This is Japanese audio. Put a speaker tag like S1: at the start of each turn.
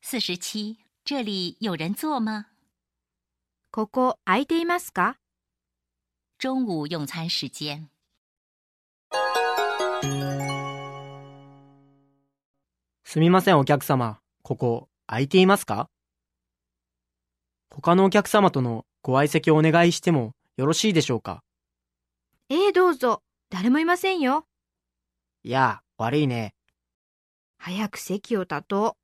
S1: 四十七，这里有人坐吗？
S2: ここ空いていますか
S1: 中午用餐时间。
S3: すみませんお客様、ここ空いていますか他のお客様とのご相席をお願いしてもよろしいでしょうか
S2: ええ、どうぞ。誰もいませんよ。
S3: いや、悪いね。
S2: 早く席を立とう。